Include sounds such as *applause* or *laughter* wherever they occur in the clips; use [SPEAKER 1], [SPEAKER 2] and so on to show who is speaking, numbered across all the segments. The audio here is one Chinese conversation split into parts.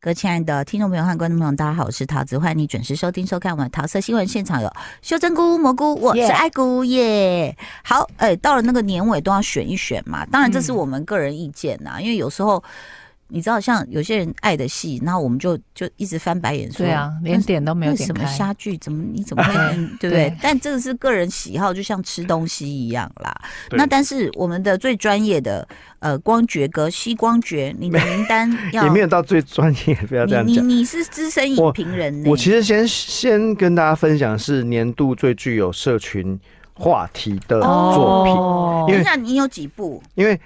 [SPEAKER 1] 各位亲爱的听众朋友和观众朋友，大家好，我是桃子，欢迎你准时收听收看我们桃色新闻现场有修真菇、蘑菇，我是
[SPEAKER 2] Yeah
[SPEAKER 1] 爱菇耶。好，哎、到了那个年尾都要选一选嘛，当然这
[SPEAKER 2] 嗯
[SPEAKER 1] 是我们个人意见呐，因为有时候你知道，像有些人爱的戏，然后我们就就一直翻白眼说，
[SPEAKER 2] 对啊，连点都没有
[SPEAKER 1] 为
[SPEAKER 2] 点
[SPEAKER 1] 什么
[SPEAKER 2] 开。
[SPEAKER 1] 虾剧怎么你怎
[SPEAKER 2] *laughs*
[SPEAKER 1] 么会嗯对不对
[SPEAKER 2] 对？
[SPEAKER 1] 但这个是个人喜好，就像吃东西一样啦。
[SPEAKER 3] 对
[SPEAKER 1] 那但是我们的最专业的呃光觉哥西光觉，你的名
[SPEAKER 2] *laughs*
[SPEAKER 1] 单要
[SPEAKER 3] 也没有到最专业，不要这样
[SPEAKER 1] 你
[SPEAKER 3] 讲。
[SPEAKER 1] 你你是资深影评人呢、
[SPEAKER 3] 我其实先先跟大家分享是年度最具有社群话题的作品，
[SPEAKER 2] 哦
[SPEAKER 3] 因为
[SPEAKER 1] 那你有几部？
[SPEAKER 3] 因为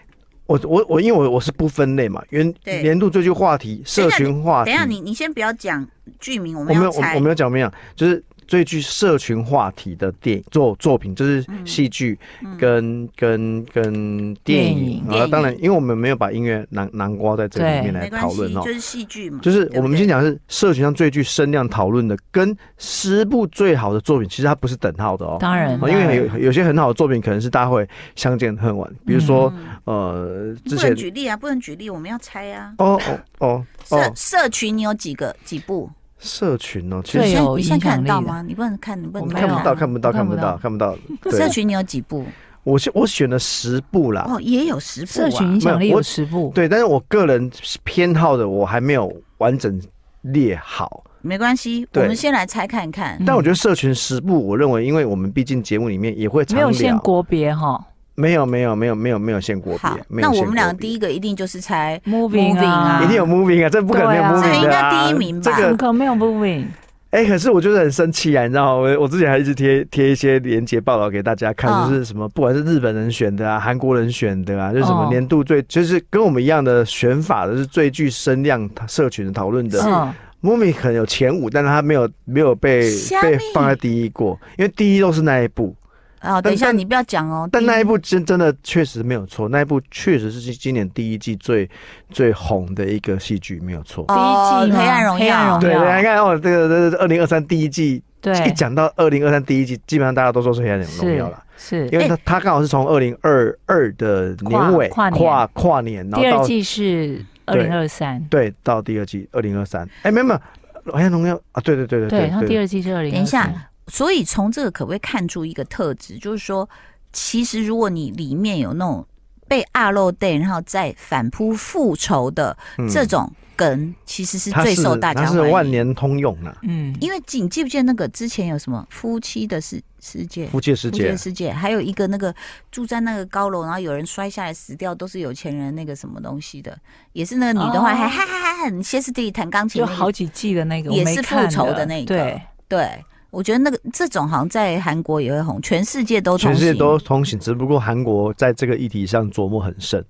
[SPEAKER 3] 我我我因为我我是不分类嘛，原
[SPEAKER 1] 对
[SPEAKER 3] 年度最具话题社群话
[SPEAKER 1] 等
[SPEAKER 3] 题
[SPEAKER 1] 一，下你你先不要讲剧名，我
[SPEAKER 3] 啊嗯我
[SPEAKER 1] 们
[SPEAKER 3] 没
[SPEAKER 1] 要
[SPEAKER 3] 有我
[SPEAKER 1] 猜。
[SPEAKER 3] 我没有讲没有讲，就是最具社群话题的电影作作品，就是
[SPEAKER 1] 嗯
[SPEAKER 3] 戏剧
[SPEAKER 1] 嗯
[SPEAKER 3] 跟跟跟电影
[SPEAKER 2] 电
[SPEAKER 1] 影
[SPEAKER 3] 啊，当然因为我们没有把音乐南南瓜在这里面
[SPEAKER 2] 对
[SPEAKER 1] 没
[SPEAKER 3] 来讨
[SPEAKER 1] 关
[SPEAKER 3] 论
[SPEAKER 1] 系，
[SPEAKER 3] 哦
[SPEAKER 1] 就。是戏剧嘛。
[SPEAKER 3] 就是我们先
[SPEAKER 1] 讲
[SPEAKER 3] 讲是社群上最具声量讨论的，跟十部最好的作品，其实它不是等号的哦。
[SPEAKER 2] 当然，
[SPEAKER 3] 哦
[SPEAKER 2] 当
[SPEAKER 3] 因
[SPEAKER 2] 然
[SPEAKER 3] 为有有些很好的作品，可能是大家会相见恨晚，比如说、呃，之
[SPEAKER 1] 嗯不
[SPEAKER 3] 前
[SPEAKER 1] 能举例啊，不能举例，我们要猜啊。
[SPEAKER 3] 哦哦哦
[SPEAKER 1] 社
[SPEAKER 3] 哦，
[SPEAKER 1] 社群你有几个几部？
[SPEAKER 3] 社群哦，其
[SPEAKER 2] 最
[SPEAKER 1] 你
[SPEAKER 3] 实
[SPEAKER 2] 有
[SPEAKER 1] 现在你现在
[SPEAKER 2] 影响
[SPEAKER 1] 看得到
[SPEAKER 2] 力的
[SPEAKER 1] 吗？你不能看，你不
[SPEAKER 3] 我
[SPEAKER 1] 能啊
[SPEAKER 2] 没
[SPEAKER 3] 看
[SPEAKER 2] 有
[SPEAKER 3] 不到，看不到，看
[SPEAKER 2] 看
[SPEAKER 3] 不
[SPEAKER 2] 不
[SPEAKER 3] 到，
[SPEAKER 2] 到
[SPEAKER 3] 看不到。
[SPEAKER 1] 社
[SPEAKER 3] 对，
[SPEAKER 1] 群你有几部？
[SPEAKER 3] 我选我选了十部啦，
[SPEAKER 1] 哦，也有十部、啊。
[SPEAKER 2] 社群影响力
[SPEAKER 3] 没有
[SPEAKER 2] 有
[SPEAKER 3] 我
[SPEAKER 2] 十部，
[SPEAKER 3] 对，但是我个人偏好的我还没有完整列好。
[SPEAKER 1] 没关系，我
[SPEAKER 3] 对嗯
[SPEAKER 1] 们先来猜看看。
[SPEAKER 3] 但我觉得社群十部，我认为，因为我们毕竟节目里面也会常
[SPEAKER 2] 没有限
[SPEAKER 3] 聊
[SPEAKER 2] 国别哈
[SPEAKER 3] 没有没有没有没有没有限国别
[SPEAKER 1] 好，，
[SPEAKER 3] 没
[SPEAKER 1] 那
[SPEAKER 3] 有
[SPEAKER 1] 我们
[SPEAKER 3] 限国
[SPEAKER 1] 俩
[SPEAKER 3] 别
[SPEAKER 1] 第一个一定就是猜，
[SPEAKER 2] ，moving
[SPEAKER 1] Moving 啊
[SPEAKER 2] 啊，
[SPEAKER 3] 一定有 moving 啊，这不可能没有
[SPEAKER 2] 对啊
[SPEAKER 3] moving 的、啊
[SPEAKER 1] 这个应该第一名吧
[SPEAKER 3] 这
[SPEAKER 2] 怎么
[SPEAKER 3] 个
[SPEAKER 2] 可能没有 moving？
[SPEAKER 3] 哎、可是我就是很生气啊，你知道吗？我我之前还一直贴贴一些连接报道给大家看，
[SPEAKER 1] 嗯
[SPEAKER 3] 就是什么不管是日本人选的啊，韩国人选的啊，就是什么
[SPEAKER 2] 哦
[SPEAKER 3] 年度最，
[SPEAKER 1] 嗯
[SPEAKER 3] 就是跟我们一样的选法的，是最具声量社群讨论的。
[SPEAKER 2] 嗯，
[SPEAKER 3] moving 可能有前五，但是他没有没有被
[SPEAKER 1] 虾米
[SPEAKER 3] 被放在第一过，因为第一都是那一部。
[SPEAKER 1] 啊、等一下
[SPEAKER 3] 但
[SPEAKER 1] 你不要讲哦。
[SPEAKER 3] 但
[SPEAKER 1] 第
[SPEAKER 3] 那一
[SPEAKER 2] 嗯
[SPEAKER 3] 部真真的确实没有错，那一部确实是今今年第一季最最红的一个戏剧，没有错。
[SPEAKER 1] 哦
[SPEAKER 2] 第一季吗
[SPEAKER 1] 黑暗荣
[SPEAKER 2] 黑暗
[SPEAKER 1] 耀
[SPEAKER 2] 荣》
[SPEAKER 3] 对，
[SPEAKER 2] 耀
[SPEAKER 3] 大家看哦，这个这个二零二三第一季，一
[SPEAKER 2] 对，
[SPEAKER 3] 讲到二零二三第一季，基本上大家都说是黑暗荣耀了，
[SPEAKER 2] 是哎
[SPEAKER 3] 因为它它刚好是从二零二二的年尾
[SPEAKER 2] 跨跨年
[SPEAKER 3] 跨跨年，然
[SPEAKER 2] 第二
[SPEAKER 3] 后到
[SPEAKER 2] 季是二
[SPEAKER 3] 对
[SPEAKER 2] 零二三，
[SPEAKER 3] 对到第二季二零二三，哎，没有没有，黑暗荣耀啊，对对对
[SPEAKER 2] 对，然后
[SPEAKER 3] 对
[SPEAKER 2] 第
[SPEAKER 3] 对，
[SPEAKER 2] 二季是二零。
[SPEAKER 1] 等一下，所以从这个可不可以看出一个特质，就是说，其实如果你里面有那种被二漏 day，然后再反扑复仇的
[SPEAKER 3] 嗯
[SPEAKER 1] 这种梗，其实是
[SPEAKER 3] 它
[SPEAKER 1] 最
[SPEAKER 3] 是
[SPEAKER 1] 受大家
[SPEAKER 3] 它是
[SPEAKER 1] 欢
[SPEAKER 3] 万
[SPEAKER 1] 迎。
[SPEAKER 3] 年通用啊，
[SPEAKER 2] 嗯，
[SPEAKER 1] 因为你记不记得那个之前有什么夫妻的世世界？
[SPEAKER 3] 夫妻的世
[SPEAKER 1] 世界
[SPEAKER 3] 界
[SPEAKER 1] 的，世界，还有一个那个住在那个高楼，然后有人摔下来死掉，都是有钱人那个什么东西的，也是那个女的
[SPEAKER 2] 哦
[SPEAKER 1] 话还哈哈哈很歇斯底里弹钢琴
[SPEAKER 2] 就
[SPEAKER 1] 那个，
[SPEAKER 2] 好几季的那个，我
[SPEAKER 1] 也
[SPEAKER 2] 没
[SPEAKER 1] 是复
[SPEAKER 2] 看
[SPEAKER 1] 仇的那个
[SPEAKER 2] 对，
[SPEAKER 1] 对。我觉得那个这种好像在韩国也会红，全世界都
[SPEAKER 3] 全
[SPEAKER 1] 同
[SPEAKER 3] 世界
[SPEAKER 1] 行，
[SPEAKER 3] 都通行，只不过韩国在这个议题上琢磨很深，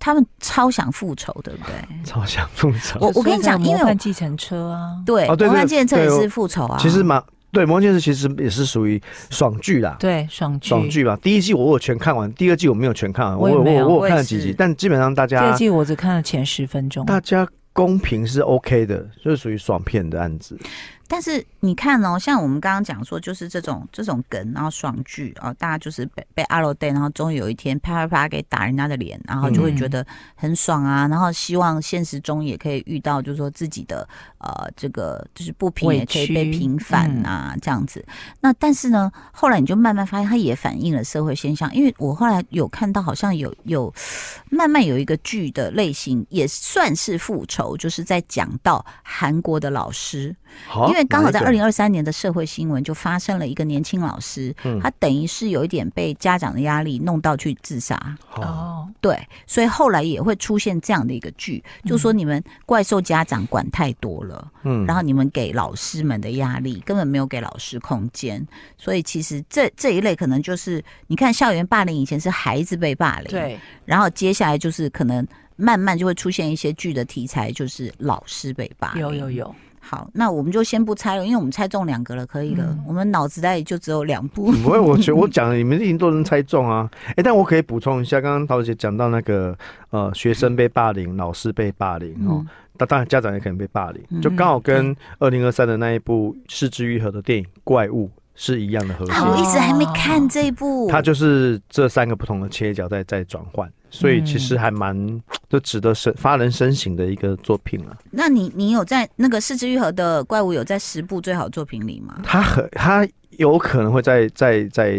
[SPEAKER 1] 他们超想复仇，对不对？
[SPEAKER 3] *laughs* 超想复仇。
[SPEAKER 1] 我我跟你讲
[SPEAKER 2] 就是那个
[SPEAKER 1] 因为我
[SPEAKER 2] 模范计程车啊，
[SPEAKER 1] 对，
[SPEAKER 3] 哦对对
[SPEAKER 1] 模范建设
[SPEAKER 3] 对
[SPEAKER 1] 也
[SPEAKER 3] 我
[SPEAKER 1] 是复仇啊。
[SPEAKER 3] 其实嘛，对《魔戒》是其实也是属于爽剧啦，
[SPEAKER 2] 对，爽剧，
[SPEAKER 3] 爽剧吧。啊第一季我有全看完，第二季我没有全看完，
[SPEAKER 2] 我
[SPEAKER 3] 我
[SPEAKER 2] 也
[SPEAKER 3] 有
[SPEAKER 2] 没有
[SPEAKER 3] 我
[SPEAKER 1] 我
[SPEAKER 3] 有
[SPEAKER 1] 也
[SPEAKER 3] 看了几
[SPEAKER 1] 是
[SPEAKER 3] 集，但基本上大
[SPEAKER 2] 第二
[SPEAKER 3] 家
[SPEAKER 2] 季我只看了前十分钟，
[SPEAKER 3] 大家公平是 OK 的，就是属于爽片的案子。
[SPEAKER 1] 但是你看哦，像我们刚刚讲说，就是这种这种梗，然后爽剧哦，大家就是被被阿罗 day，然后终于有一天啪啪啪给打人家的脸，然后就会
[SPEAKER 2] 嗯
[SPEAKER 1] 觉得很爽啊，然后希望现实中也可以遇到，就是说自己的呃这个就是不平
[SPEAKER 2] 委
[SPEAKER 1] 也可以
[SPEAKER 2] 屈
[SPEAKER 1] 被平反啊、这样子。那但是呢，后来你就慢慢发现，它也反映了社会现象，因为我后来有看到好像有有慢慢有一个剧的类型也算是复仇，就是在讲到韩国的老师。
[SPEAKER 3] 好
[SPEAKER 1] 因为刚好在二，
[SPEAKER 3] 哦哪一
[SPEAKER 1] 零二三年的社会新闻就发生了一个年轻老师，
[SPEAKER 3] 嗯
[SPEAKER 1] 他等于是有一点被家长的压力弄到去自杀，
[SPEAKER 3] 个好
[SPEAKER 2] 哦，
[SPEAKER 1] 对，所以后来也会出现这样的一个剧，就说你们怪兽家长管太多了，
[SPEAKER 3] 嗯
[SPEAKER 1] 然后你们给老师们的压力根本没有给老师空间，所以其实这这一类可能就是你看校园霸凌以前是孩子被霸凌，，
[SPEAKER 2] 对，
[SPEAKER 1] 然后接下来就是可能。慢慢就会出现一些剧的题材，就是老师被霸凌
[SPEAKER 2] 有有。有，
[SPEAKER 1] 好，那我们就先不猜了，因为我们猜中两个了，可以了。
[SPEAKER 2] 嗯
[SPEAKER 1] 我们脑子袋里就只有两部。
[SPEAKER 3] 不会，我觉得我讲的你们已经都能猜中啊。哎、但我可以补充一下，刚刚桃姐讲到那个呃，学生被霸凌，老师被霸凌哦
[SPEAKER 1] 嗯，
[SPEAKER 3] 那、当然家长也可能被霸凌，就刚好跟二零二三的那一部四之愈合的电影《怪物》是一样的核心。
[SPEAKER 1] 啊，我一直还没看这一部。
[SPEAKER 3] 它就是这三个不同的切角在在转换，所以其
[SPEAKER 1] 嗯
[SPEAKER 3] 实还蛮就值得深发人深省的一个作品了、
[SPEAKER 1] 那你你有在那个《四肢愈合》的怪物有在十部最好作品里吗？
[SPEAKER 3] 它很它有可能会在在在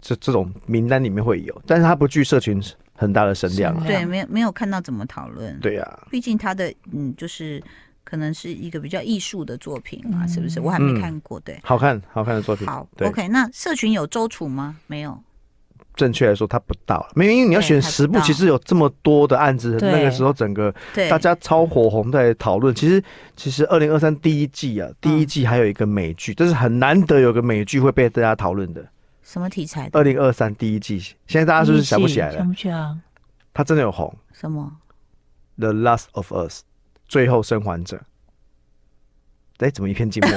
[SPEAKER 3] 这这种名单里面会有，但是它不具社群很大的声量啊
[SPEAKER 2] 声。
[SPEAKER 1] 对，
[SPEAKER 2] 嗯
[SPEAKER 1] 没有没有看到怎么讨论。，
[SPEAKER 3] 对啊，
[SPEAKER 1] 毕竟他的嗯，就是可能是一个比较艺术的作品嘛，
[SPEAKER 2] 嗯
[SPEAKER 1] 是不是？我还没
[SPEAKER 3] 嗯
[SPEAKER 1] 看过。对，
[SPEAKER 3] 好看好看的作品。
[SPEAKER 1] 好
[SPEAKER 3] 对
[SPEAKER 1] ，OK。那社群有周楚吗？没有。
[SPEAKER 3] 正确来说它不到，没有因为你要
[SPEAKER 1] 对
[SPEAKER 3] 选
[SPEAKER 1] 它不
[SPEAKER 3] 十部，
[SPEAKER 1] 到
[SPEAKER 3] 其实有这么多的案子，
[SPEAKER 2] 对
[SPEAKER 3] 那个时候整个
[SPEAKER 1] 对，
[SPEAKER 3] 大家超火红在讨论。其实，其实二零二三第一季啊，
[SPEAKER 1] 嗯
[SPEAKER 3] 第一季还有一个美剧，这是很难得有个美剧会被大家讨论的。
[SPEAKER 1] 什么题材的？
[SPEAKER 3] 二零二三第一季，现在大家是不是想不起来
[SPEAKER 2] 想
[SPEAKER 3] 了？
[SPEAKER 2] 不起来啊。
[SPEAKER 1] 哦
[SPEAKER 3] 它真的有红，
[SPEAKER 1] 什么？
[SPEAKER 3] 《The Last of Us》最后生还者。哎，怎么一片
[SPEAKER 1] *laughs*
[SPEAKER 3] 静默？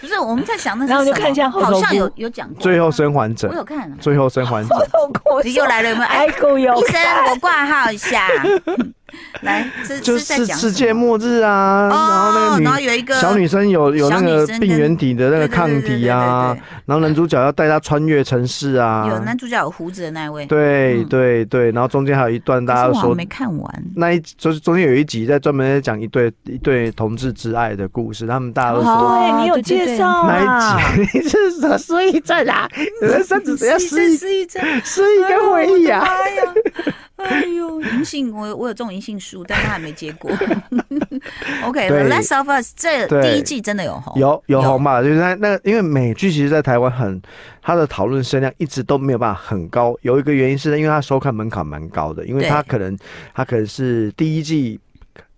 [SPEAKER 1] 不是，我们在想那是
[SPEAKER 2] 然后就
[SPEAKER 1] 什么
[SPEAKER 2] 看一下后头
[SPEAKER 1] 好像
[SPEAKER 2] 部
[SPEAKER 1] 有有讲过。
[SPEAKER 3] 最后生还
[SPEAKER 1] 我
[SPEAKER 3] 者，
[SPEAKER 1] 有看啊。
[SPEAKER 3] 最后生还者。
[SPEAKER 2] 痛
[SPEAKER 1] *laughs*
[SPEAKER 2] 苦
[SPEAKER 1] 又来了，有没有？哎
[SPEAKER 2] 爱，狗有
[SPEAKER 1] 医生，我挂号一下。 *laughs* 来，这
[SPEAKER 3] 哎就
[SPEAKER 1] 这是在
[SPEAKER 3] 是
[SPEAKER 1] 讲
[SPEAKER 3] 世
[SPEAKER 1] 什
[SPEAKER 3] 界
[SPEAKER 1] 么
[SPEAKER 3] 末日
[SPEAKER 1] 哦，
[SPEAKER 3] 啊，然
[SPEAKER 1] 然
[SPEAKER 3] 后
[SPEAKER 1] 后
[SPEAKER 3] 那
[SPEAKER 1] 有一
[SPEAKER 3] 个
[SPEAKER 1] 个
[SPEAKER 3] 女小女生有有那
[SPEAKER 1] 小
[SPEAKER 3] 个
[SPEAKER 1] 女生跟
[SPEAKER 3] 病原体的那个抗体啊
[SPEAKER 1] 对对对对对对，对
[SPEAKER 3] 然后男主角要带她穿越城市啊，
[SPEAKER 1] 有男主角有胡子的那一位，
[SPEAKER 3] *laughs* 对
[SPEAKER 1] 嗯
[SPEAKER 3] 对对，然后中间还有一段
[SPEAKER 1] 可
[SPEAKER 3] 大家
[SPEAKER 1] 是我还
[SPEAKER 3] 说
[SPEAKER 1] 没看完。
[SPEAKER 3] 那一就是中间有一集在专门在讲一对一对同志之爱的故事，他们大家都说。
[SPEAKER 2] 对
[SPEAKER 1] 哦
[SPEAKER 2] 你有
[SPEAKER 1] 对对
[SPEAKER 2] 介绍
[SPEAKER 3] 那
[SPEAKER 2] 啊？
[SPEAKER 3] 一集 *laughs* 你是什么失忆症
[SPEAKER 1] *laughs*
[SPEAKER 3] 啊？你的身子只要失忆，
[SPEAKER 1] 失忆症，
[SPEAKER 3] 失忆跟回忆啊！
[SPEAKER 1] 哎呀，
[SPEAKER 3] *laughs*
[SPEAKER 1] 哎呦，银杏，我有我有种银杏树，但它还没结果。OK，《
[SPEAKER 3] 对
[SPEAKER 1] The Last of Us》这
[SPEAKER 3] 对
[SPEAKER 1] 第一季真的哦有红，
[SPEAKER 3] 有有红吧？就是那那，因为美剧其实，在台湾很，它的讨论声量一直都没有办法很高。有一个原因是因为它收看门槛蛮高的，因为
[SPEAKER 1] 对
[SPEAKER 3] 它可能它可能是第一季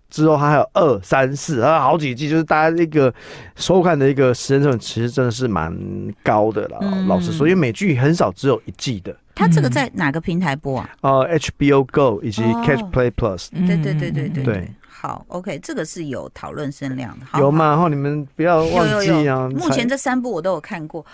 [SPEAKER 3] 之后，它还有二三四，还有好几季，就是大家那个收看的一个时间成本，其实真的是蛮高的啦。
[SPEAKER 1] 嗯
[SPEAKER 3] 老实说，因为美剧很少只有一季的，
[SPEAKER 1] 它这个在哪个平台播啊？
[SPEAKER 3] 呃，HBO Go 以及
[SPEAKER 1] 哦
[SPEAKER 3] Catch Play Plus、
[SPEAKER 1] 对对对对对
[SPEAKER 2] 嗯嗯嗯
[SPEAKER 3] 对。
[SPEAKER 1] 好，OK，这个是有讨论声量的，好
[SPEAKER 3] 有？嘛？然后你们不要
[SPEAKER 1] 好有
[SPEAKER 3] 忘
[SPEAKER 1] 有
[SPEAKER 3] 记
[SPEAKER 1] 有
[SPEAKER 3] 啊。，
[SPEAKER 1] 目
[SPEAKER 3] 才
[SPEAKER 1] 前这三部我都有看过，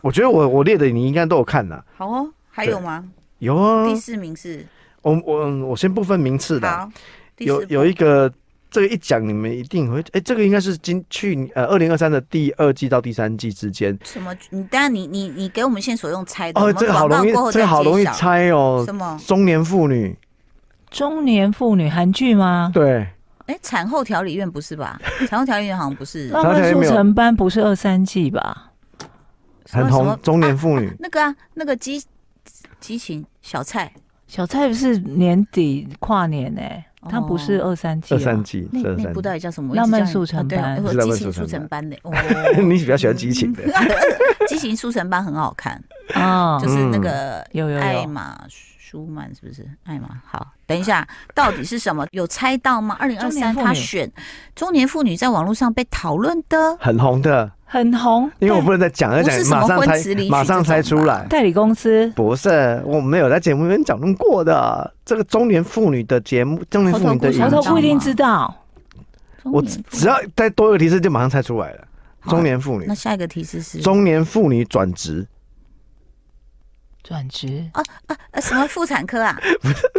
[SPEAKER 3] 我觉得我我列的你应该都有看啦。
[SPEAKER 1] 好哦，还有吗？
[SPEAKER 3] 有啊，
[SPEAKER 1] 第四名是
[SPEAKER 3] 我我我先不分名次的啊，
[SPEAKER 1] 好，第
[SPEAKER 3] 有
[SPEAKER 1] 四部
[SPEAKER 3] 有一个这个一讲你们一定会，哎、这个应该是今去年呃二零二三的第二季到第三季之间，
[SPEAKER 1] 什么？你当然你你你给我们线索用猜的，我
[SPEAKER 3] 哦，
[SPEAKER 1] 们
[SPEAKER 3] 这个好
[SPEAKER 1] 哎广告
[SPEAKER 3] 容易
[SPEAKER 1] 过后，
[SPEAKER 3] 这
[SPEAKER 1] 再
[SPEAKER 3] 个好容易
[SPEAKER 1] 揭晓
[SPEAKER 3] 猜哦
[SPEAKER 1] 什，么？
[SPEAKER 3] 中年妇女，
[SPEAKER 2] 中年妇女韩剧吗？
[SPEAKER 3] 对，
[SPEAKER 1] 哎，产后调理院不是
[SPEAKER 3] *laughs*
[SPEAKER 1] 吧？产后调理院好像不是
[SPEAKER 2] 浪漫速成班不是二三季吧？
[SPEAKER 1] 什么
[SPEAKER 3] 很
[SPEAKER 1] 什么
[SPEAKER 3] 红，中年妇女，
[SPEAKER 1] 那个啊，那个激激情小菜，
[SPEAKER 2] 小蔡不是年底跨年哎、
[SPEAKER 1] 哦
[SPEAKER 2] 他不是二三季、
[SPEAKER 3] 二
[SPEAKER 2] 啊，
[SPEAKER 3] 三季，
[SPEAKER 1] 那
[SPEAKER 3] 二
[SPEAKER 1] 那
[SPEAKER 3] 三
[SPEAKER 1] 部
[SPEAKER 3] 季
[SPEAKER 1] 到，底叫什么？我一直
[SPEAKER 2] 浪漫
[SPEAKER 1] 叫你
[SPEAKER 2] 速成
[SPEAKER 1] 哦对啊
[SPEAKER 2] 班
[SPEAKER 1] 哎我
[SPEAKER 3] 是浪漫
[SPEAKER 1] 激情
[SPEAKER 3] 速
[SPEAKER 1] 速
[SPEAKER 3] 成，
[SPEAKER 1] 成班的哦
[SPEAKER 3] *laughs* 你比较喜欢激情的，
[SPEAKER 1] *laughs* 激情速成班很好看，
[SPEAKER 2] 啊
[SPEAKER 1] 就，是那
[SPEAKER 3] 嗯
[SPEAKER 1] 个
[SPEAKER 2] 有有
[SPEAKER 1] 艾
[SPEAKER 2] 有。
[SPEAKER 1] 玛舒曼是不是？艾玛，好，等一下，到底是什么？有猜到吗？二零二
[SPEAKER 2] 中年
[SPEAKER 1] 三
[SPEAKER 2] 妇女
[SPEAKER 1] 他选中年妇女在网络上被讨论的，
[SPEAKER 3] 很红的，
[SPEAKER 2] 很红，
[SPEAKER 3] 因为我不能再讲了，
[SPEAKER 1] 不
[SPEAKER 3] 讲
[SPEAKER 1] 是什
[SPEAKER 3] 马
[SPEAKER 1] 么
[SPEAKER 3] 上
[SPEAKER 1] 婚
[SPEAKER 3] 猜
[SPEAKER 1] 词离曲，
[SPEAKER 3] 马上猜
[SPEAKER 1] 这种
[SPEAKER 3] 出
[SPEAKER 1] 吧
[SPEAKER 3] 来。
[SPEAKER 2] 代理公司
[SPEAKER 3] 不是，我没有在节目里面讲论过的。这个中年妇女的节目，中年妇女的
[SPEAKER 1] 头
[SPEAKER 3] 影
[SPEAKER 2] 小
[SPEAKER 1] 头
[SPEAKER 2] 头
[SPEAKER 1] 故事
[SPEAKER 2] 不一定知道，
[SPEAKER 3] 我
[SPEAKER 1] 中年
[SPEAKER 3] 只
[SPEAKER 1] 妇女
[SPEAKER 3] 只要再多一个提示，就马上猜出来了。
[SPEAKER 1] 好
[SPEAKER 3] 中年妇女
[SPEAKER 1] 那，下一个提示是
[SPEAKER 3] 中年妇女转职， *laughs*
[SPEAKER 2] 转职
[SPEAKER 1] 啊啊啊什么妇产科啊？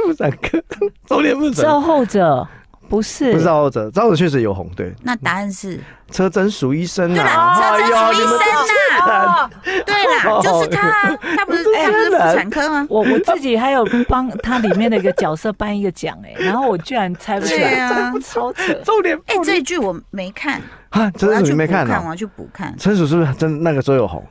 [SPEAKER 3] 妇产科，中年妇产
[SPEAKER 2] 照后者不是，
[SPEAKER 3] 不是造者，造者确实有红，对，
[SPEAKER 1] 那答案是
[SPEAKER 3] 车真淑医生
[SPEAKER 1] 对啦，
[SPEAKER 3] 啊，
[SPEAKER 1] 这这
[SPEAKER 3] 哎呦
[SPEAKER 1] 是医
[SPEAKER 3] 你们
[SPEAKER 1] 生呐，对
[SPEAKER 3] 哦
[SPEAKER 1] 啦，就是他啊，他不是他不是妇产科
[SPEAKER 3] *laughs*
[SPEAKER 1] 吗？
[SPEAKER 2] 我我自己还有帮他里面的一个角色颁一个奖哎、然后我居然猜不出
[SPEAKER 1] 对
[SPEAKER 2] 来，
[SPEAKER 1] 啊，
[SPEAKER 2] 超扯！
[SPEAKER 3] 中年
[SPEAKER 1] 哎，这一句我没看，
[SPEAKER 3] 啊，
[SPEAKER 1] 我
[SPEAKER 3] 车
[SPEAKER 1] 要
[SPEAKER 3] 真
[SPEAKER 1] 去
[SPEAKER 3] 淑你
[SPEAKER 1] 补
[SPEAKER 3] 没看
[SPEAKER 1] 看，我
[SPEAKER 3] 啊？
[SPEAKER 1] 要去补看。
[SPEAKER 3] 车真淑是不是真那个时候有红，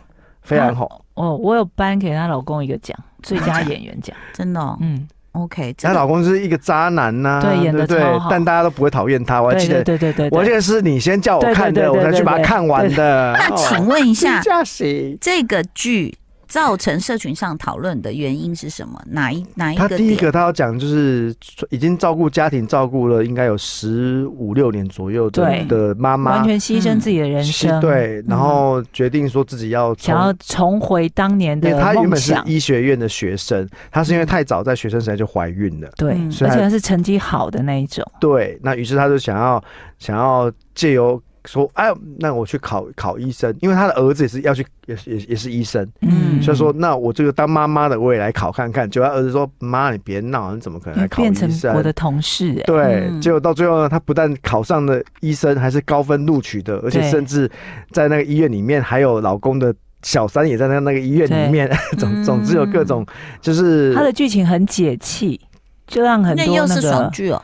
[SPEAKER 3] 非常红？
[SPEAKER 2] 哦，我有颁给她老公一个奖，最佳演员奖。
[SPEAKER 1] 真的哦
[SPEAKER 2] 嗯，
[SPEAKER 1] ，OK，这
[SPEAKER 3] 她
[SPEAKER 1] 个
[SPEAKER 3] 老公是一个渣男呐，
[SPEAKER 2] 对演
[SPEAKER 3] 不
[SPEAKER 2] 得
[SPEAKER 3] 对
[SPEAKER 2] 超好，
[SPEAKER 3] 但大家都不会讨厌他。我还
[SPEAKER 2] 对
[SPEAKER 3] 记
[SPEAKER 2] 对
[SPEAKER 3] 得，
[SPEAKER 2] 对对对，对
[SPEAKER 3] 我记得是你先叫我看
[SPEAKER 2] 对对
[SPEAKER 3] 的，
[SPEAKER 2] 对
[SPEAKER 3] 我
[SPEAKER 2] 对
[SPEAKER 3] 才去把它看完的。哦
[SPEAKER 1] 那请问一
[SPEAKER 3] 一
[SPEAKER 1] 下，
[SPEAKER 3] 下谁？
[SPEAKER 1] 这个剧造成社群上讨论的原因是什么？哪一哪一
[SPEAKER 3] 他
[SPEAKER 1] 个
[SPEAKER 3] 第一
[SPEAKER 1] 点？
[SPEAKER 3] 个他要讲就是已经照顾家庭照顾了，应该有十五六年左右的
[SPEAKER 2] 对
[SPEAKER 3] 的妈妈，嗯
[SPEAKER 2] 完全牺牲自己的人生，嗯
[SPEAKER 3] 是对，然后决定说自己要从
[SPEAKER 2] 想要重回当年
[SPEAKER 3] 因
[SPEAKER 2] 的
[SPEAKER 3] 为她原
[SPEAKER 2] 梦
[SPEAKER 3] 本是
[SPEAKER 2] 想，嗯
[SPEAKER 3] 医学院的学生，她是因为太早在学生时代就怀孕了，
[SPEAKER 2] 对，
[SPEAKER 1] 嗯
[SPEAKER 2] 而
[SPEAKER 3] 虽
[SPEAKER 2] 且
[SPEAKER 3] 然
[SPEAKER 2] 他是成绩好的那一种，
[SPEAKER 3] 对，那于是她就想要想要借由说，哎，那我去考考医生，因为她的儿子也是要去，也是也是也是医生，
[SPEAKER 1] 嗯
[SPEAKER 3] 所以说，那我这个当妈妈的我也来考看看。结果她儿子说，妈，你别闹，你怎么可能来
[SPEAKER 2] 你
[SPEAKER 3] 考医
[SPEAKER 2] 变成我
[SPEAKER 3] 生
[SPEAKER 2] 的？同事、哎，
[SPEAKER 3] 对，
[SPEAKER 1] 嗯
[SPEAKER 3] 结果到最后呢，她不但考上了医生，还是高分录取的，而且
[SPEAKER 2] 对
[SPEAKER 3] 甚至在那个医院里面，还有老公的小三也在那那个医院里面， *laughs* 总总之有各种就是
[SPEAKER 2] 嗯他的剧情很解气，就让很
[SPEAKER 1] 那
[SPEAKER 2] 多
[SPEAKER 1] 又
[SPEAKER 2] 那
[SPEAKER 1] 是爽
[SPEAKER 2] 个，
[SPEAKER 1] 剧哦，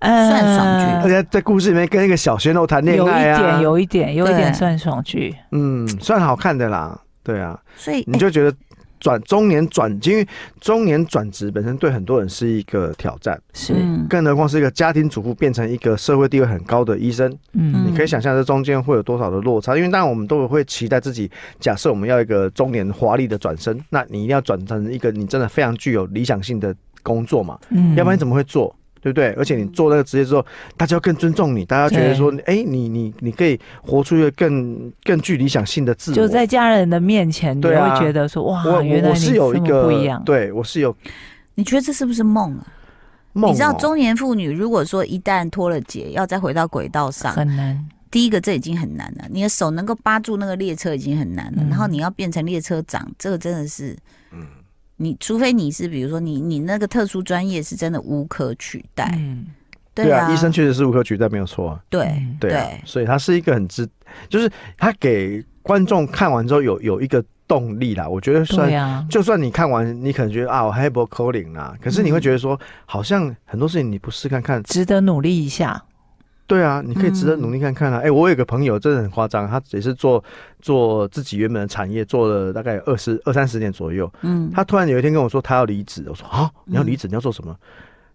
[SPEAKER 2] 呃
[SPEAKER 1] 算爽
[SPEAKER 3] 而且在故事里面跟一个小鲜肉谈恋
[SPEAKER 2] 有一
[SPEAKER 3] 爱啊，
[SPEAKER 2] 点，有一点，有一点
[SPEAKER 1] 对
[SPEAKER 2] 算爽剧，
[SPEAKER 3] 嗯，算好看的啦，对啊，
[SPEAKER 1] 所以
[SPEAKER 3] 你就觉得转中年转，因为中年转职本身对很多人是一个挑战，
[SPEAKER 2] 是，
[SPEAKER 1] 嗯
[SPEAKER 3] 更何况是一个家庭主妇变成一个社会地位很高的医生，
[SPEAKER 2] 嗯
[SPEAKER 3] 你可以想象这中间会有多少的落差，因为当然我们都会期待自己，假设我们要一个中年华丽的转身，那你一定要转成一个你真的非常具有理想性的工作嘛，
[SPEAKER 2] 嗯
[SPEAKER 3] 要不然你怎么会做？对不对？而且你做那个职业之后，大家要更尊重你，大家觉
[SPEAKER 2] 对
[SPEAKER 3] 得说，哎，你你你可以活出一个更更具理想性的自我。
[SPEAKER 2] 就在家人的面前，你
[SPEAKER 3] 对啊
[SPEAKER 2] 会觉得说哇，
[SPEAKER 3] 我我
[SPEAKER 2] 原来
[SPEAKER 3] 我
[SPEAKER 2] 你
[SPEAKER 3] 是有一
[SPEAKER 2] 这么
[SPEAKER 3] 个
[SPEAKER 2] 不一样，
[SPEAKER 3] 对我是有
[SPEAKER 1] 你觉得这是不是梦啊？
[SPEAKER 3] 梦、哦。
[SPEAKER 1] 你知道中年妇女如果说一旦脱了节，要再回到轨道上，
[SPEAKER 2] 很难，
[SPEAKER 1] 第一个这已经很难了，你的手能够扒住那个列车已经很难了，
[SPEAKER 2] 嗯
[SPEAKER 1] 然后你要变成列车长，这个真的是，
[SPEAKER 3] 嗯
[SPEAKER 1] 你除非你是比如说你你那个特殊专业是真的无可取代，
[SPEAKER 2] 嗯，
[SPEAKER 3] 对
[SPEAKER 1] 啊，
[SPEAKER 3] 医生确实是无可取代，没有错啊。
[SPEAKER 1] 对
[SPEAKER 2] 嗯
[SPEAKER 3] 对啊
[SPEAKER 1] 对
[SPEAKER 3] 所以他是一个很值，就是他给观众看完之后有有一个动力啦。我觉得算，
[SPEAKER 1] 啊
[SPEAKER 2] 对啊呀，
[SPEAKER 3] 就算你看完，你可能觉得啊，我 h a b e calling 啦，可是你会觉得说，
[SPEAKER 1] 嗯
[SPEAKER 3] 好像很多事情你不试看看，
[SPEAKER 2] 值得努力一下，
[SPEAKER 3] 对啊，你可以值得努力看看
[SPEAKER 1] 嗯
[SPEAKER 3] 啊。哎、我有个朋友真的很夸张，他也是做做自己原本的产业，做了大概二十二三十年左右，
[SPEAKER 1] 嗯，
[SPEAKER 3] 他突然有一天跟我说他要离职，我说啊，你要离职，你要做什么？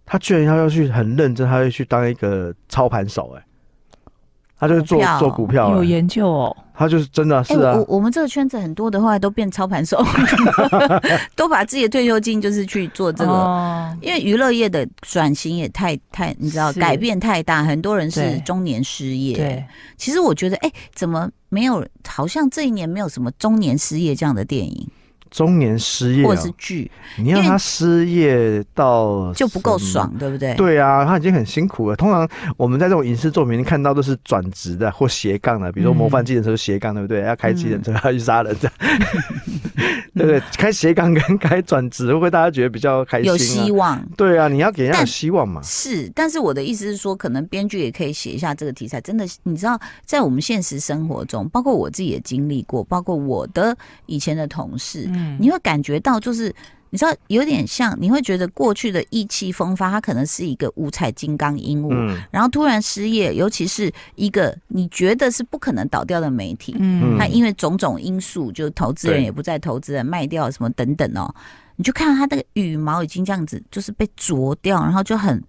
[SPEAKER 3] 他居然要要去很认真，他要去当一个操盘手、哎，他就是做
[SPEAKER 1] 股票
[SPEAKER 3] 做股票、
[SPEAKER 2] 有
[SPEAKER 3] 哎
[SPEAKER 2] 研究哦，
[SPEAKER 3] 他就是真的啊
[SPEAKER 1] 哎、
[SPEAKER 3] 是啊，
[SPEAKER 1] 我我们这个圈子很多的话都变操盘手，都把自己的退休金就是去做这个。
[SPEAKER 2] 哦
[SPEAKER 1] 因为娱乐业的转型也太太，你知道
[SPEAKER 2] 是
[SPEAKER 1] 改变太大，很多人是
[SPEAKER 2] 对
[SPEAKER 1] 中年失业。
[SPEAKER 2] 对，
[SPEAKER 1] 其实我觉得，哎、怎么没有？好像这一年没有什么中年失业这样的电影
[SPEAKER 3] 中年失业、
[SPEAKER 1] 或
[SPEAKER 3] 啊，
[SPEAKER 1] 者是剧，
[SPEAKER 3] 你让
[SPEAKER 1] 因为
[SPEAKER 3] 他失业到
[SPEAKER 1] 就不够
[SPEAKER 3] 什么
[SPEAKER 1] 爽，对不对？
[SPEAKER 3] 对啊，他已经很辛苦了。通常我们在这种影视作品看到都是转职的或斜杠的，比如说
[SPEAKER 2] 嗯
[SPEAKER 3] 模范计程车是斜杠，对不对？
[SPEAKER 1] 嗯
[SPEAKER 3] 要开计程车要去杀
[SPEAKER 1] *laughs*
[SPEAKER 3] 人这样，对不对？开斜杠跟开转职，会不会大家觉得比较开心、啊？
[SPEAKER 1] 有希望。
[SPEAKER 3] 对啊，你要给人家有
[SPEAKER 1] 但
[SPEAKER 3] 希望嘛。
[SPEAKER 1] 是，但是我的意思是说，可能编剧也可以写一下这个题材。真的，你知道，在我们现实生活中，包括我自己也经历过，包括我的以前的同事，
[SPEAKER 2] 嗯
[SPEAKER 1] 你会感觉到就是。你知道，有点像，你会觉得过去的意气风发，它可能是一个五彩金刚鹦鹉，
[SPEAKER 3] 嗯
[SPEAKER 1] 然后突然失业，尤其是一个你觉得是不可能倒掉的媒体，
[SPEAKER 2] 嗯
[SPEAKER 1] 它因为种种因素，就投资人
[SPEAKER 3] 对
[SPEAKER 1] 也不再投资人卖掉什么等等哦，你就看它那个羽毛已经这样子，就是被啄掉，然后就很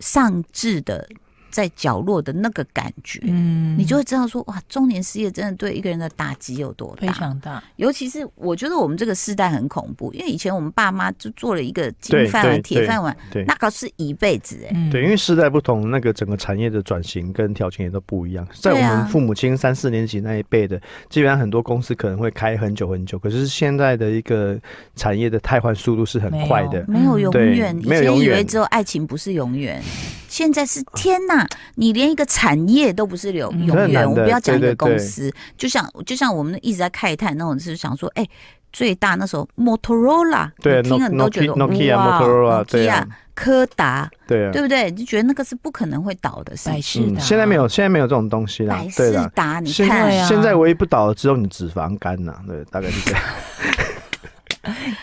[SPEAKER 1] 丧志的在角落的那个感觉，
[SPEAKER 2] 嗯
[SPEAKER 1] 你就会知道说，哇，中年失业真的对一个人的打击有多
[SPEAKER 2] 非
[SPEAKER 1] 大。
[SPEAKER 2] 常大，
[SPEAKER 1] 尤其是我觉得我们这个世代很恐怖，因为以前我们爸妈就做了一个金饭
[SPEAKER 3] 对
[SPEAKER 1] 碗、
[SPEAKER 3] 对
[SPEAKER 1] 铁饭碗，
[SPEAKER 3] 对
[SPEAKER 1] 那个是一辈子哎、
[SPEAKER 2] 嗯
[SPEAKER 3] 对，因为时代不同，那个整个产业的转型跟条件也都不一样。在我
[SPEAKER 1] 对啊
[SPEAKER 3] 们父母亲三四年级那一辈的，基本上很多公司可能会开很久很久，可是现在的一个产业的汰换速度是很快的。
[SPEAKER 1] 没有永
[SPEAKER 3] 嗯对
[SPEAKER 1] 远，以
[SPEAKER 3] 没有
[SPEAKER 1] 前
[SPEAKER 3] 永
[SPEAKER 1] 以为
[SPEAKER 3] 远
[SPEAKER 1] 只有爱情不是永远，现在是天哪，你连一个产业都不是永
[SPEAKER 2] 嗯
[SPEAKER 1] 永
[SPEAKER 3] 很
[SPEAKER 1] 远。
[SPEAKER 3] 难
[SPEAKER 1] 我
[SPEAKER 3] 的
[SPEAKER 1] 不要讲一
[SPEAKER 3] 对
[SPEAKER 1] 个
[SPEAKER 3] 对
[SPEAKER 1] 公
[SPEAKER 3] 对
[SPEAKER 1] 司，就像就像我们一直在慨叹那种，就是想说，哎，最大那时候 Motorola，
[SPEAKER 3] 对
[SPEAKER 1] 你听了你都觉得
[SPEAKER 3] Nokia、
[SPEAKER 1] 哇
[SPEAKER 3] Motorola，对
[SPEAKER 1] Nokia
[SPEAKER 3] 啊，
[SPEAKER 1] 柯达，
[SPEAKER 3] 对啊，嗯
[SPEAKER 1] 对不对？你就觉得那个是不可能会倒的事
[SPEAKER 2] 百
[SPEAKER 1] 情。
[SPEAKER 2] 事达、
[SPEAKER 3] 现在没有，现在没有这种东西啦
[SPEAKER 1] 百，
[SPEAKER 3] 啊对
[SPEAKER 1] 事
[SPEAKER 3] 啦。
[SPEAKER 1] 达，你
[SPEAKER 3] 现
[SPEAKER 1] 看
[SPEAKER 2] 对啊
[SPEAKER 3] 现在唯一不倒的只有你脂肪肝呐，对，大概是
[SPEAKER 1] *laughs*
[SPEAKER 3] 这样。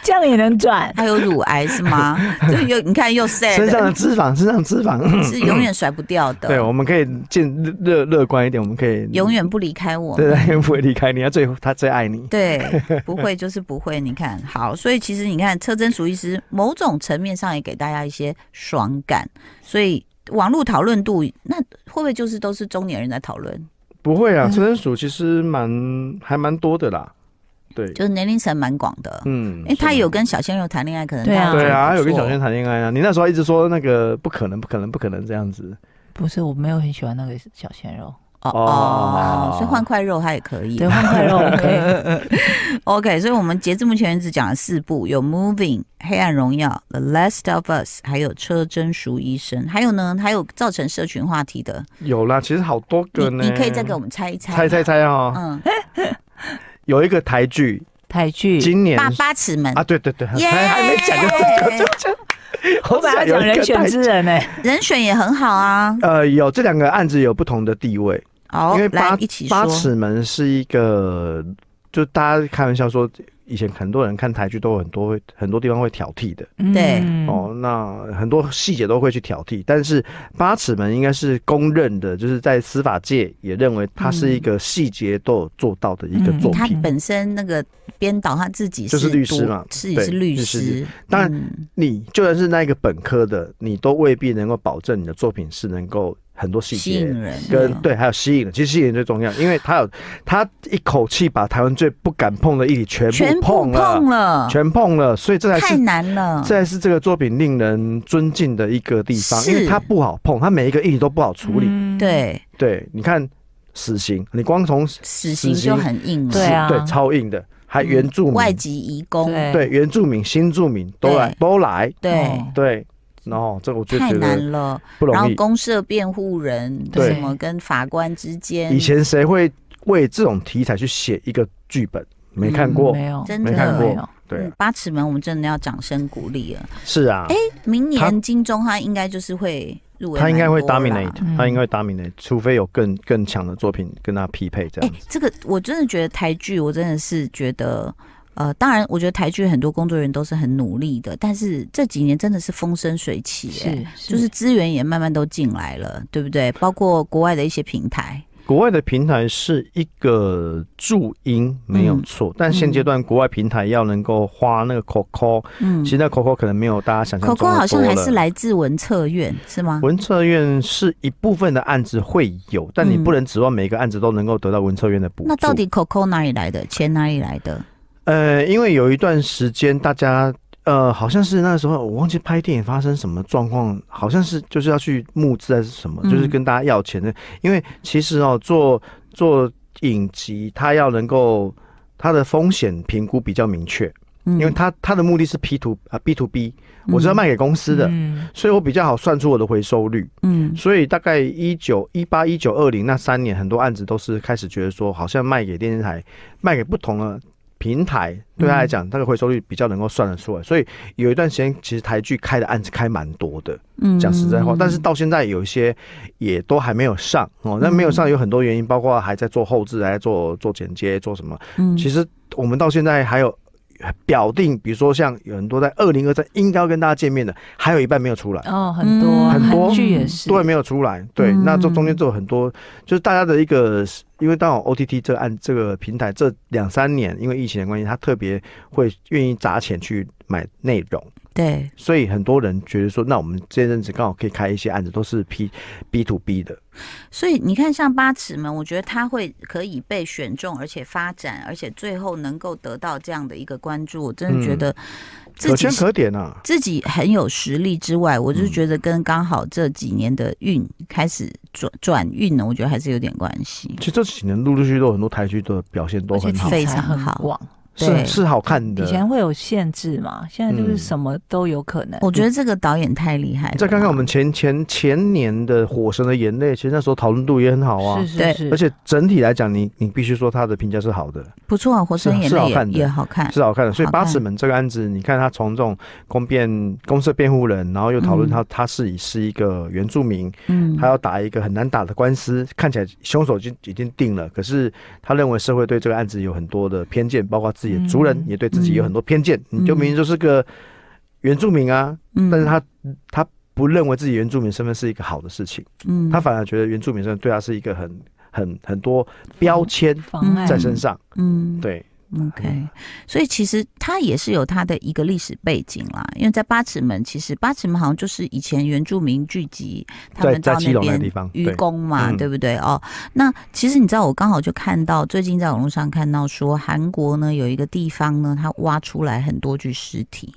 [SPEAKER 2] 这样也能转，
[SPEAKER 1] 还有乳癌是
[SPEAKER 3] *laughs*
[SPEAKER 1] 吗？就又你看又 sad，
[SPEAKER 3] 身上的脂肪，身上的脂肪，
[SPEAKER 1] *laughs* 是永远甩不掉的，
[SPEAKER 3] *laughs* 对，我们可以见乐乐观一点，我们可以
[SPEAKER 1] 永远不离开我们。
[SPEAKER 3] 对，他也不会离开你，他最他最爱你。
[SPEAKER 1] 对，不会就是不会。你看，好，所以其实你看，车真淑医师某种层面上也给大家一些爽感，所以网络讨论度那会不会就是都是中年人在讨论？
[SPEAKER 3] 不会啊，车身鼠其实蛮还蛮多的啦。对，
[SPEAKER 1] 就是年龄层蛮广的。
[SPEAKER 3] 嗯，
[SPEAKER 1] 因为他
[SPEAKER 3] 是
[SPEAKER 1] 有跟小鲜肉谈恋爱，可能
[SPEAKER 2] 对啊
[SPEAKER 1] 大家觉
[SPEAKER 3] 对
[SPEAKER 1] 得
[SPEAKER 3] 啊，
[SPEAKER 1] 不
[SPEAKER 3] 有跟小
[SPEAKER 1] 错
[SPEAKER 3] 轩谈恋爱啊。你那时候一直说那个不可能，不可能，不可能这样子。
[SPEAKER 2] 不是，我没有很喜欢那个小鲜肉，
[SPEAKER 1] 哦
[SPEAKER 3] 哦
[SPEAKER 1] 哦，所以换块肉他也可以
[SPEAKER 2] 对，。换块肉 *laughs* OK，
[SPEAKER 1] *laughs* OK，所以我们截至目前为止讲了四部，有《Moving》《黑暗荣耀》《The Last of Us》，还有《车真淑医生》，还有呢，还有造成社群话题的，
[SPEAKER 3] 有啦，其实好多
[SPEAKER 1] 你
[SPEAKER 3] 个呢。
[SPEAKER 1] 你可以再给我们猜一猜，
[SPEAKER 3] 猜猜，猜哦，
[SPEAKER 1] 嗯，
[SPEAKER 3] 有一个台剧，
[SPEAKER 2] 台剧。
[SPEAKER 3] 今年
[SPEAKER 1] 八八尺门
[SPEAKER 3] 啊，对对对，
[SPEAKER 1] 耶
[SPEAKER 3] 还还没讲就这个，就这。
[SPEAKER 2] 我本来要讲人选之
[SPEAKER 3] 之
[SPEAKER 2] 人呢、
[SPEAKER 1] 人选也很好啊。
[SPEAKER 3] 呃，有这两个案子有不同的地位。
[SPEAKER 1] 好
[SPEAKER 3] 因为，
[SPEAKER 1] 来
[SPEAKER 3] 八
[SPEAKER 1] 一起
[SPEAKER 3] 八
[SPEAKER 1] 说。
[SPEAKER 3] 尺门是一个，就大家开玩笑说，以前很多人看台剧都有很多会很多地方会挑剔的、
[SPEAKER 1] 对
[SPEAKER 2] 嗯
[SPEAKER 3] 哦，那很多细节都会去挑剔，但是八尺门应该是公认的，就是在司法界也认为它是
[SPEAKER 1] 嗯
[SPEAKER 3] 一个细节都有做到的一个
[SPEAKER 2] 嗯
[SPEAKER 3] 作
[SPEAKER 1] 他
[SPEAKER 3] 品。
[SPEAKER 1] 本身那个编导他自己
[SPEAKER 3] 就是律师
[SPEAKER 1] 读
[SPEAKER 3] 嘛
[SPEAKER 1] 自己
[SPEAKER 3] 对
[SPEAKER 1] 是律
[SPEAKER 3] 律师
[SPEAKER 1] 师，
[SPEAKER 3] 当然
[SPEAKER 1] 嗯
[SPEAKER 3] 你就算是那一个本科的，你都未必能够保证你的作品是能够很多细
[SPEAKER 1] 吸
[SPEAKER 3] 节
[SPEAKER 1] 引人啊
[SPEAKER 3] 跟
[SPEAKER 1] 的
[SPEAKER 3] 对，还有吸引人，其实吸引人最重要，因为他有他一口气把台湾最不敢碰的议题全
[SPEAKER 1] 全
[SPEAKER 3] 部
[SPEAKER 1] 部
[SPEAKER 3] 碰了，
[SPEAKER 1] 碰了，
[SPEAKER 3] 全碰了，所以这才
[SPEAKER 1] 太
[SPEAKER 3] 是
[SPEAKER 1] 难了。
[SPEAKER 3] 这才是这个作品令人尊敬的一个地方，因为
[SPEAKER 1] 是
[SPEAKER 3] 它不好碰，它每一个议题都不好处理。
[SPEAKER 2] 嗯，
[SPEAKER 1] 对，
[SPEAKER 3] 对，你看死刑，你光从死
[SPEAKER 1] 死刑
[SPEAKER 3] 死
[SPEAKER 1] 就
[SPEAKER 3] 刑
[SPEAKER 1] 很硬了。嗯
[SPEAKER 2] 对啊
[SPEAKER 3] 对超硬的，还原住民，
[SPEAKER 1] 外籍移工，
[SPEAKER 2] 对
[SPEAKER 3] 对原住民、新住民都来
[SPEAKER 1] 对
[SPEAKER 3] 都来，
[SPEAKER 1] 对
[SPEAKER 2] 哦，
[SPEAKER 3] 对，然后这个我就
[SPEAKER 1] 太
[SPEAKER 3] 觉得
[SPEAKER 1] 难了。
[SPEAKER 3] 不
[SPEAKER 1] 然
[SPEAKER 3] 容
[SPEAKER 1] 后
[SPEAKER 3] 易。
[SPEAKER 1] 公社辩护人
[SPEAKER 2] 对
[SPEAKER 1] 什么跟法官之间，
[SPEAKER 3] 以前谁会为这种题材去写一个剧本？没看过，
[SPEAKER 2] 没有，
[SPEAKER 1] 真
[SPEAKER 3] 没看
[SPEAKER 1] 的
[SPEAKER 3] 过
[SPEAKER 2] 没有
[SPEAKER 3] 对
[SPEAKER 1] 嗯
[SPEAKER 3] 啊，
[SPEAKER 1] 八尺门我们真的要掌声鼓励了。
[SPEAKER 3] 是啊，
[SPEAKER 1] 哎明
[SPEAKER 3] 他
[SPEAKER 1] 年金钟他应该就是会入围
[SPEAKER 3] 他
[SPEAKER 1] 蛮多啦，
[SPEAKER 3] 应该会 dominate，
[SPEAKER 2] 嗯
[SPEAKER 3] 他应该会 dominate，除非有更更强的作品跟他匹配这
[SPEAKER 1] 哎、
[SPEAKER 3] 样子。
[SPEAKER 1] 这个我真的觉得台剧，我真的是觉得，呃，当然，我觉得台剧很多工作人员都是很努力的，但是这几年真的是风生水起、哎，
[SPEAKER 2] 是
[SPEAKER 1] 就是资源也慢慢都进来了，对不对？包括国外的一些平台，
[SPEAKER 3] 国外的平台是一个注音没有
[SPEAKER 1] 嗯
[SPEAKER 3] 错，但现阶段国外平台要能够花那个 Coco，、
[SPEAKER 1] 嗯
[SPEAKER 3] 其实那 Coco 可能没有大家想象中的多
[SPEAKER 1] ，Coco
[SPEAKER 3] 了。
[SPEAKER 1] 好像还是来自文策院，是吗？
[SPEAKER 3] 文策院是一部分的案子会有，但你
[SPEAKER 1] 嗯
[SPEAKER 3] 不能指望每个案子都能够得到文策院的补助。
[SPEAKER 1] 那到底 Coco 哪里来的？钱哪里来的？
[SPEAKER 3] 呃，因为有一段时间大家。呃，好像是那时候我忘记拍电影发生什么状况，好像是就是要去募资还是什么，
[SPEAKER 1] 嗯
[SPEAKER 3] 就是跟大家要钱的。因为其实哦，做做影集，它要能够它的风险评估比较明确，
[SPEAKER 1] 嗯
[SPEAKER 3] 因为它它的目的是 P to 啊 B to B，我是要
[SPEAKER 1] 嗯
[SPEAKER 3] 卖给公司的，
[SPEAKER 2] 嗯
[SPEAKER 3] 所以我比较好算出我的回收率。
[SPEAKER 1] 嗯
[SPEAKER 3] 所以大概一九一八一九二零那三年，很多案子都是开始觉得说，好像卖给电视台，卖给不同的平
[SPEAKER 1] 嗯
[SPEAKER 3] 台，对他来讲，那个回收率比较能够算得出来。所以有一段时间，其实台剧开的案子开蛮多的，
[SPEAKER 1] 嗯
[SPEAKER 3] 讲实在话，但是到现在有一些也都还没有上哦。那没有
[SPEAKER 1] 嗯
[SPEAKER 3] 上有很多原因，包括还在做后置，还在做做剪接，做什么。
[SPEAKER 1] 嗯
[SPEAKER 3] 其实我们到现在还有。呃表定，比如说像有很多在二零二三应该要跟大家见面的，还有一半没有出来。
[SPEAKER 2] 哦，很多
[SPEAKER 3] 嗯很多
[SPEAKER 2] 韩剧也是，
[SPEAKER 3] 对，没有出来。对，
[SPEAKER 1] 嗯
[SPEAKER 3] 那这中间就有很多，就是大家的一个，因为当我 OTT 这按这个平台这两三年，因为疫情的关系，他特别会愿意砸钱去买内容，
[SPEAKER 1] 对，
[SPEAKER 3] 所以很多人觉得说，那我们这阵子刚好可以开一些案子，都是 P B to B 的。
[SPEAKER 1] 所以你看，像八尺门，我觉得他会可以被选中，而且发展，而且最后能够得到这样的一个关注，我真的觉得自
[SPEAKER 3] 嗯可
[SPEAKER 1] 己
[SPEAKER 3] 圈
[SPEAKER 1] 是、
[SPEAKER 3] 可嗯点啊，
[SPEAKER 1] 自己很有实力之外，我就觉得跟刚好这几年的运开始转转运呢，我觉得还是有点关系。
[SPEAKER 3] 其实这几年陆陆续续都有很多台剧的表现都
[SPEAKER 2] 而且
[SPEAKER 3] 很好，
[SPEAKER 1] 非
[SPEAKER 2] 题材
[SPEAKER 1] 常
[SPEAKER 2] 很
[SPEAKER 1] 好
[SPEAKER 2] 广。
[SPEAKER 1] 对
[SPEAKER 3] 是是好看的
[SPEAKER 2] 以。前会有限制嘛，现在
[SPEAKER 3] 嗯
[SPEAKER 2] 就是什么都有可能。
[SPEAKER 1] 我觉得这个导演太厉害了。
[SPEAKER 3] 你再看看我们前前前年的《火神的眼泪》，其实那时候讨论度也很好啊，
[SPEAKER 2] 是
[SPEAKER 1] 对
[SPEAKER 2] 是是，
[SPEAKER 3] 而且整体来讲，你你必须说它的评价是好的。
[SPEAKER 1] 不错啊，《活生眼
[SPEAKER 3] 是
[SPEAKER 1] 泪
[SPEAKER 3] 好》看的
[SPEAKER 1] 也也好看。
[SPEAKER 3] 是好看的。所以
[SPEAKER 1] 好看
[SPEAKER 3] 八尺门这个案子，你看他从这种公辩、公社辩护人，然后又讨论他、他是以是一个原住民，
[SPEAKER 1] 嗯，
[SPEAKER 3] 他要打一个很难打的官司，看起来凶手已经已经定了，可是他认为社会对这个案子有很多的偏见，包括自己的族人、
[SPEAKER 2] 嗯
[SPEAKER 3] 也对自己有很多偏见，
[SPEAKER 1] 嗯
[SPEAKER 3] 你就明明就是个原住民啊，
[SPEAKER 1] 嗯
[SPEAKER 3] 但是他他不认为自己原住民身份是一个好的事情，
[SPEAKER 1] 嗯
[SPEAKER 3] 他反而觉得原住民身份对他是一个很很很多标签
[SPEAKER 2] 妨碍
[SPEAKER 3] 在身上，
[SPEAKER 1] 嗯
[SPEAKER 3] 对。嗯
[SPEAKER 1] OK，所以其实它也是有它的一个历史背景啦，因为在八尺门，其实八尺门好像就是以前原住民聚集，他
[SPEAKER 3] 在
[SPEAKER 1] 们到
[SPEAKER 3] 在基隆那
[SPEAKER 1] 边
[SPEAKER 3] 个地方
[SPEAKER 1] 渔
[SPEAKER 3] 对
[SPEAKER 1] 工嘛，
[SPEAKER 3] 嗯
[SPEAKER 1] 对不对？哦，那其实你知道，我刚好就看到最近在网络上看到说，韩国呢有一个地方呢，它挖出来很多具尸体。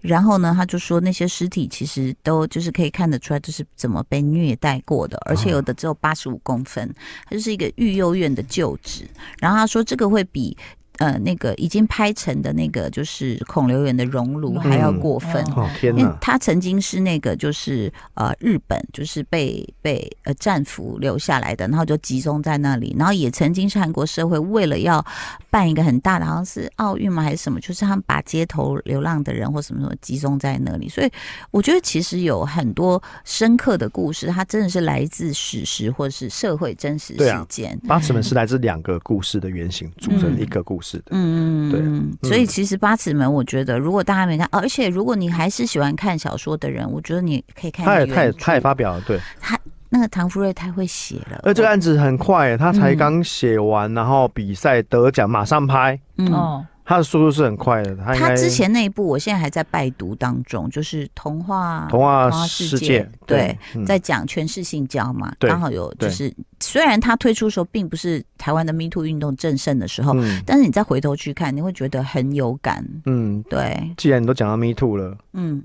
[SPEAKER 1] 然后呢，他就说那些尸体其实都就是可以看得出来，就是怎么被虐待过的，而
[SPEAKER 3] 哦
[SPEAKER 1] 且有的只有八十五公分，它就是一个育幼院的旧址。然后他说这个会比呃那个已经拍成的那个就是孔刘园的熔炉还要过分。
[SPEAKER 2] 嗯
[SPEAKER 3] 哦天
[SPEAKER 1] 因为
[SPEAKER 3] 哪，
[SPEAKER 1] 他曾经是那个，就是呃，日本就是被被呃战俘留下来的，然后就集中在那里，然后也曾经是韩国社会为了要办一个很大的，好像是奥运嘛还是什么，就是他们把街头流浪的人或什么什么集中在那里，所以我觉得其实有很多深刻的故事，它真的是来自史实或是社会真实
[SPEAKER 3] 对啊
[SPEAKER 1] 事件。
[SPEAKER 3] 八尺门是来自两个故事的原型组成一个故事的。
[SPEAKER 1] 嗯，
[SPEAKER 3] 对
[SPEAKER 1] 嗯，所以其实八尺门，我觉得如果大家没看，而且如果你还是喜欢看小说的人，我觉得你可以看
[SPEAKER 3] 他也
[SPEAKER 1] 原
[SPEAKER 3] 他也
[SPEAKER 1] 著
[SPEAKER 3] 他也发表了，对，
[SPEAKER 1] 嗯那个唐福瑞太会写了，
[SPEAKER 3] 而这个案子很快，他才刚写完，然后比赛得奖，马上拍，
[SPEAKER 1] 嗯。
[SPEAKER 2] 哦，
[SPEAKER 3] 他的速度是很快的。他应
[SPEAKER 1] 他
[SPEAKER 3] 该
[SPEAKER 1] 之前那一部，我现在还在拜读当中，就是童话
[SPEAKER 3] 童话
[SPEAKER 1] 童话世
[SPEAKER 3] 世界
[SPEAKER 1] 界，
[SPEAKER 3] 对
[SPEAKER 1] 对，
[SPEAKER 3] 嗯
[SPEAKER 1] 在讲全是性交嘛，
[SPEAKER 3] 对
[SPEAKER 1] 刚好有
[SPEAKER 3] 对
[SPEAKER 1] 就是，虽然他推出的时候并不是台湾的 Me Too 运动正盛的时候，
[SPEAKER 3] 嗯
[SPEAKER 1] 但是你再回头去看，你会觉得很有感，
[SPEAKER 3] 嗯，
[SPEAKER 1] 对，
[SPEAKER 3] 既然你都讲到 Me Too 了， *laughs*
[SPEAKER 1] 嗯，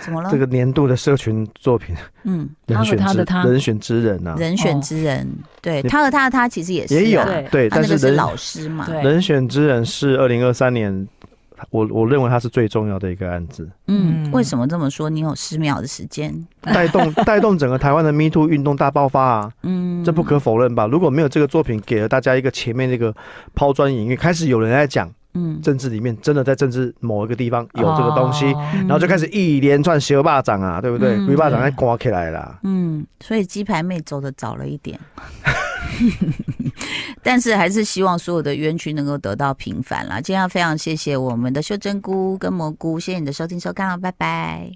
[SPEAKER 1] 怎么了？
[SPEAKER 3] 这个年度的社群作品
[SPEAKER 1] 嗯，
[SPEAKER 2] 他
[SPEAKER 3] 人
[SPEAKER 2] 和
[SPEAKER 3] 选
[SPEAKER 2] 他
[SPEAKER 3] 之
[SPEAKER 2] 的他
[SPEAKER 3] 人选之人啊呐，
[SPEAKER 1] 人选之人，对
[SPEAKER 3] 你
[SPEAKER 1] 他和他的他其实也是
[SPEAKER 3] 哦也有
[SPEAKER 1] 啊
[SPEAKER 2] 对
[SPEAKER 3] 对，
[SPEAKER 1] 他
[SPEAKER 3] 但
[SPEAKER 1] 那个是
[SPEAKER 3] 人
[SPEAKER 1] 老师嘛，
[SPEAKER 2] 对
[SPEAKER 3] 人选之人是二零二三年，我我认为它是最重要的一个案子，
[SPEAKER 1] 嗯，
[SPEAKER 2] 嗯
[SPEAKER 1] 为什么这么说？你有十秒的时间，
[SPEAKER 3] 带
[SPEAKER 1] *laughs*
[SPEAKER 3] 动带动整个台湾的 Me Too 运动大爆发啊，
[SPEAKER 1] 嗯，
[SPEAKER 3] 这不可否认吧？如果没有这个作品给了大家一个前面那个抛砖引玉，开始有人在讲
[SPEAKER 1] 嗯，
[SPEAKER 3] 政治里面真的在政治某一个地方有这个东西，
[SPEAKER 2] 哦
[SPEAKER 1] 嗯
[SPEAKER 3] 然后就开始一连串邪恶霸掌啊，对不对？
[SPEAKER 1] 嗯
[SPEAKER 3] 鬼霸掌在刮起来啦。
[SPEAKER 1] 嗯，所以鸡排妹走的早了一点， *laughs* 但是还是希望所有的冤屈能够得到平哦反啦。今天要非常谢谢我们的秀珍菇跟蘑菇，谢谢你的收听收看了，拜拜。